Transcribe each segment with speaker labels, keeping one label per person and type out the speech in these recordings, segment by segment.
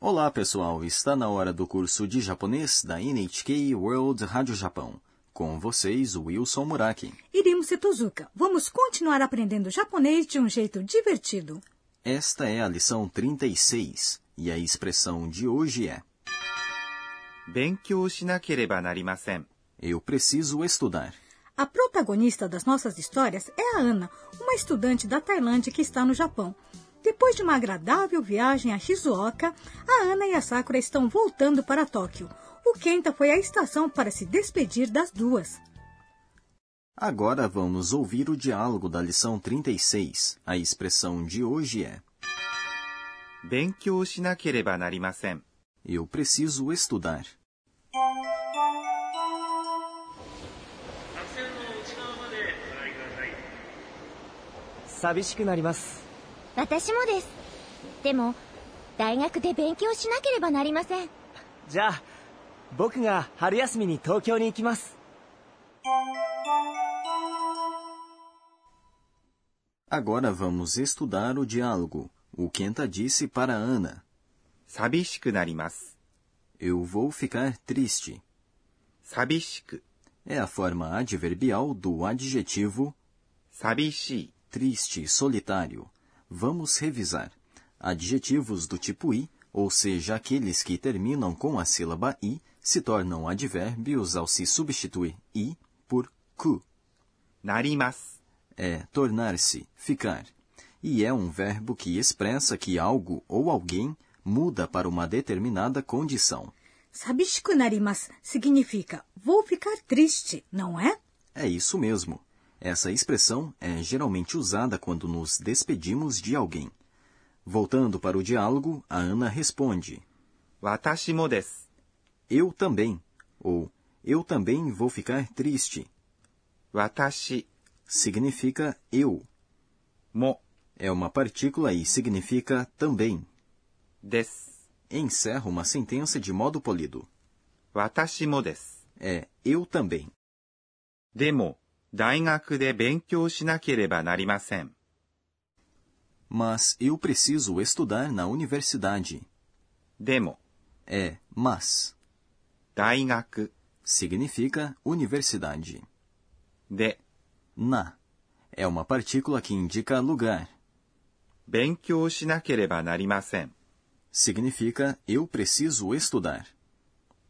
Speaker 1: Olá, pessoal! Está na hora do curso de japonês da NHK World Rádio Japão. Com vocês, Wilson Muraki.
Speaker 2: Irimuse Tozuka, vamos continuar aprendendo japonês de um jeito divertido.
Speaker 1: Esta é a lição 36 e a expressão de hoje é:
Speaker 3: 勉強しなければなりません。
Speaker 1: Eu preciso estudar.
Speaker 2: A protagonista das nossas histórias é a Ana, uma estudante da Tailândia que está no Japão. Depois de uma agradável viagem a Shizuoka, a Ana e a Sakura estão voltando para Tóquio. O Kenta foi à estação para se despedir das duas.
Speaker 1: Agora vamos ouvir o diálogo da lição 36. A expressão de hoje é:
Speaker 3: 勉強しなければなりません。
Speaker 1: Eu preciso estudar.
Speaker 4: 白線の内側までご覧ください
Speaker 5: 寂しくなります
Speaker 6: 私もですでも大学で勉強しなければなりません
Speaker 5: じゃあ僕が春休みに東京に行きます
Speaker 1: Agora vamos estudar o diálogo. O Kenta disse para Ana:
Speaker 3: 寂しくなります。
Speaker 1: Eu vou ficar triste.
Speaker 3: 寂しく、
Speaker 1: É a forma adverbial do adjetivo
Speaker 3: 寂しい、
Speaker 1: triste, solitário. Vamos revisar. Adjetivos do tipo i, ou seja, aqueles que terminam com a sílaba i, se tornam advérbios ao se substituir i por ku.
Speaker 3: なります。
Speaker 1: É tornar-se, ficar. E é um verbo que expressa que algo ou alguém muda para uma determinada condição.
Speaker 2: Sabishiku narimasu significa vou ficar triste, não é?
Speaker 1: É isso mesmo. Essa expressão é geralmente usada quando nos despedimos de alguém. Voltando para o diálogo, a Ana responde:
Speaker 3: 私もです。
Speaker 1: Eu também. Ou Eu também vou ficar triste.
Speaker 3: 私
Speaker 1: Significa eu.
Speaker 3: も
Speaker 1: É uma partícula e significa também.
Speaker 3: です。
Speaker 1: Encerra uma sentença de modo polido.
Speaker 3: 私もです。
Speaker 1: É eu também.
Speaker 3: でも、大学で勉強しなければなりません。
Speaker 1: Mas eu preciso estudar na universidade.
Speaker 3: でも、
Speaker 1: É mas.
Speaker 3: 大学
Speaker 1: Significa universidade.
Speaker 3: で
Speaker 1: Na. É uma partícula que indica lugar.
Speaker 3: 勉強しなければなりません。
Speaker 1: Significa eu preciso estudar.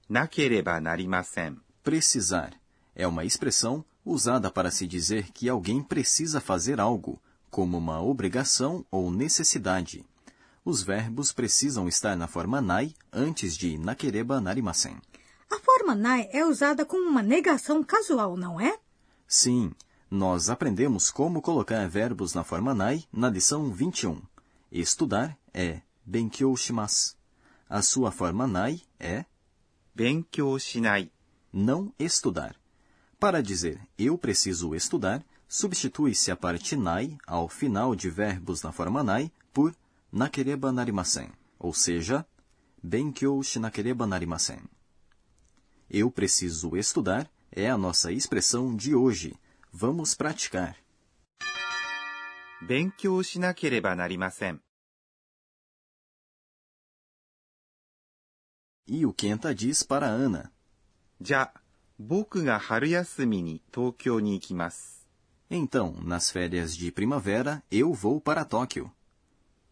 Speaker 3: なければなりません。
Speaker 1: Precisar é uma expressão usada para se dizer que alguém precisa fazer algo, como uma obrigação ou necessidade. Os verbos precisam estar na forma nai antes de nakereba narimasen.
Speaker 2: A forma nai é usada como uma negação casual, não é?
Speaker 1: Sim, nós aprendemos como colocar verbos na forma nai na lição 21. Estudar é benkyou shimasu. A sua forma nai é
Speaker 3: 勉強しない。
Speaker 1: não estudar. Para dizer eu preciso estudar, substitui-se a parte nai ao final de verbos na forma nai por nakereba narimasen, ou seja, benkyou shinakereba narimasen. Eu preciso estudar é a nossa expressão de hoje. Vamos praticar.
Speaker 3: 勉強しなければなりません。
Speaker 1: E o Kenta diz para Ana.
Speaker 3: じゃあ、僕が春休みに東京に行きます。
Speaker 1: Então, nas férias de primavera, eu vou para Tóquio.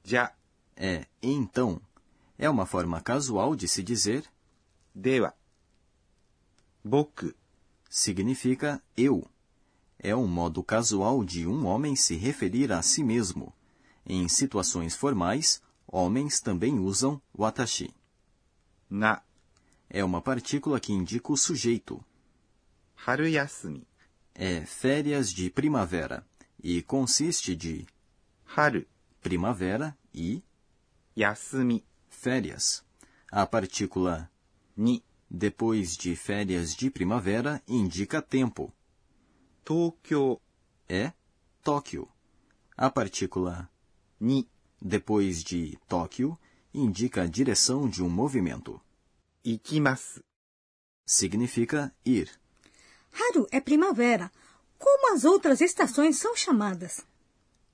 Speaker 3: じゃあ、
Speaker 1: É então. É uma forma casual de se dizer
Speaker 3: では。僕
Speaker 1: significa eu. É um modo casual de um homem se referir a si mesmo. Em situações formais, homens também usam watashi.
Speaker 3: が
Speaker 1: É uma partícula que indica o sujeito.
Speaker 3: 春休み、
Speaker 1: É férias de primavera e consiste de
Speaker 3: 春、
Speaker 1: primavera e
Speaker 3: 休み
Speaker 1: férias. A partícula
Speaker 3: に
Speaker 1: depois de férias de primavera indica tempo.
Speaker 3: 東京
Speaker 1: É Tóquio. A partícula
Speaker 3: に
Speaker 1: depois de Tóquio, indica a direção de um movimento.
Speaker 3: 行きます。
Speaker 1: Significa ir.
Speaker 2: Haru é primavera. Como as outras estações são chamadas?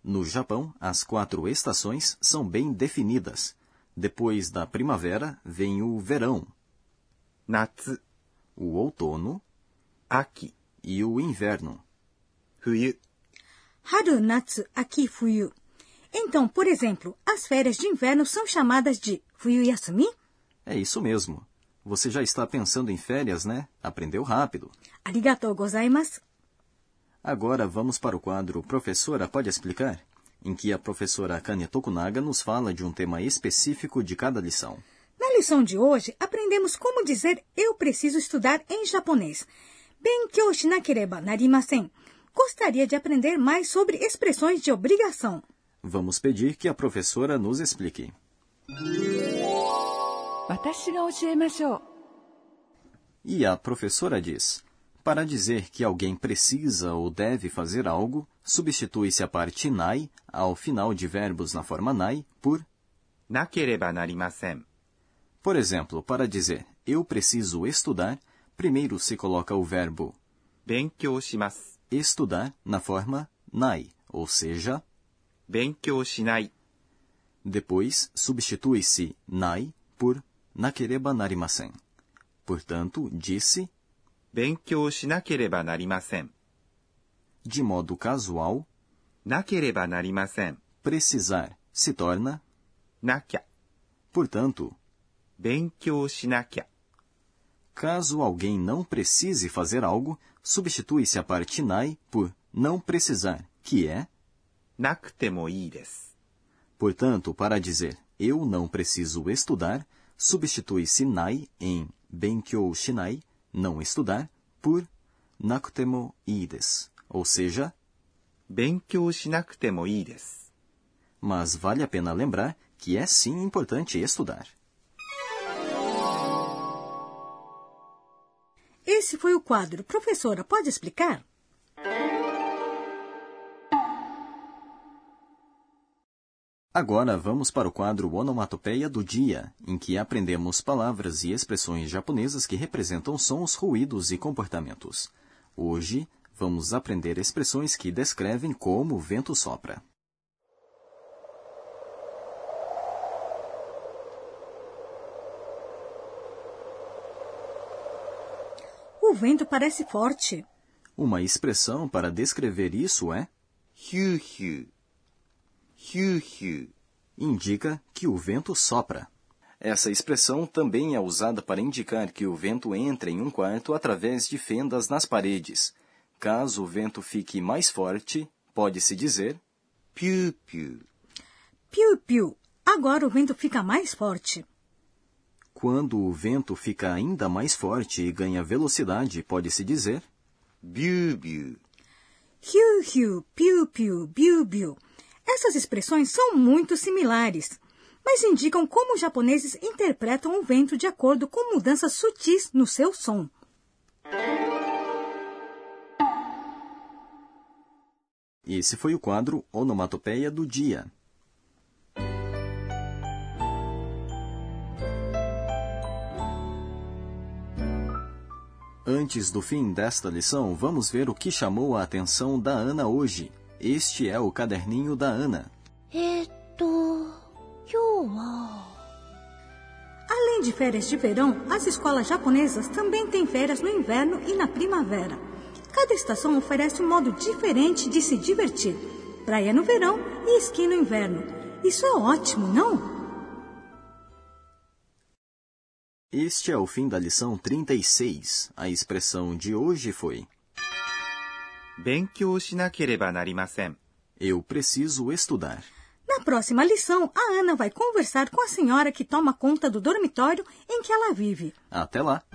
Speaker 1: No Japão, as quatro estações são bem definidas. Depois da primavera vem o verão,
Speaker 3: 夏、
Speaker 1: o outono
Speaker 3: 秋、
Speaker 1: e o inverno.
Speaker 3: 冬、
Speaker 2: Haru natsu aqui fuyu. Então, por exemplo, as férias de inverno são chamadas de fuyu yasumi?
Speaker 1: É isso mesmo. Você já está pensando em férias, né? Aprendeu rápido.
Speaker 2: Arigatou gozaimasu.
Speaker 1: Agora vamos para o quadro Professora Pode Explicar, em que a professora Kane Tokunaga nos fala de um tema específico de cada lição.
Speaker 2: Na lição de hoje, aprendemos como dizer eu preciso estudar em japonês. Benkyou shinakereba narimasen. Gostaria de aprender mais sobre expressões de obrigação.
Speaker 1: Vamos pedir que a professora nos explique.
Speaker 7: 私が教えましょう
Speaker 1: E a professora diz: Para dizer que alguém precisa ou deve fazer algo, substitui-se a parte nai ao final de verbos na forma nai por
Speaker 3: なければなりません。
Speaker 1: Por exemplo, para dizer eu preciso estudar, primeiro se coloca o verbo
Speaker 3: 勉強します。
Speaker 1: estudar na forma nai, ou seja,
Speaker 3: 勉強しない。
Speaker 1: depois substitui-se nai por nakereba narimasen. Portanto, disse,
Speaker 3: 勉強しなければなりません。
Speaker 1: de modo casual,
Speaker 3: なければなりません。
Speaker 1: precisar se torna,
Speaker 3: なきゃ。
Speaker 1: portanto,
Speaker 3: 勉強しなきゃ。
Speaker 1: caso alguém não precise fazer algo, substitui-se a parte nai por não precisar, que é,
Speaker 3: なくてもいいです。
Speaker 1: Portanto, para dizer eu não preciso estudar, substitui-se nai em benkyou shinai, não estudar, por nakutemo ides, ou seja,
Speaker 3: 勉強しなくてもいいです。
Speaker 1: mas vale a pena lembrar que é sim importante estudar.
Speaker 2: Esse foi o quadro. Professora, pode explicar?
Speaker 1: Agora vamos para o quadro Onomatopeia do Dia, em que aprendemos palavras e expressões japonesas que representam sons, ruídos e comportamentos. Hoje, vamos aprender expressões que descrevem como o vento sopra.
Speaker 2: O vento parece forte.
Speaker 1: Uma expressão para descrever isso é
Speaker 3: ヒューヒュー。ヒューヒュー。
Speaker 1: indica que o vento sopra. Essa expressão também é usada para indicar que o vento entra em um quarto através de fendas nas paredes. Caso o vento fique mais forte, pode-se dizer
Speaker 3: ピューピュー。
Speaker 2: Piu-piu. Agora o vento fica mais forte.
Speaker 1: quando o vento fica ainda mais forte e ganha velocidade, pode-se dizer
Speaker 3: ビュービュー。
Speaker 2: Hiu-hiu, piu-piu, biu-biu. Essas expressões são muito similares, mas indicam como os japoneses interpretam o vento de acordo com mudanças sutis no seu som.
Speaker 1: Esse foi o quadro Onomatopeia do Dia. Antes do fim desta lição, vamos ver o que chamou a atenção da Ana hoje. Este é o caderninho da Ana.
Speaker 6: えーっと今日は
Speaker 2: Além de férias de verão, as escolas japonesas também têm férias no inverno e na primavera. Cada estação oferece um modo diferente de se divertir: praia no verão e esqui no inverno. Isso é ótimo, não?
Speaker 1: Este é o fim da lição 36. A expressão de hoje foi:
Speaker 3: 勉強しなければなりません。
Speaker 1: Eu preciso estudar.
Speaker 2: Na próxima lição, a Ana vai conversar com a senhora que toma conta do dormitório em que ela vive.
Speaker 1: Até lá!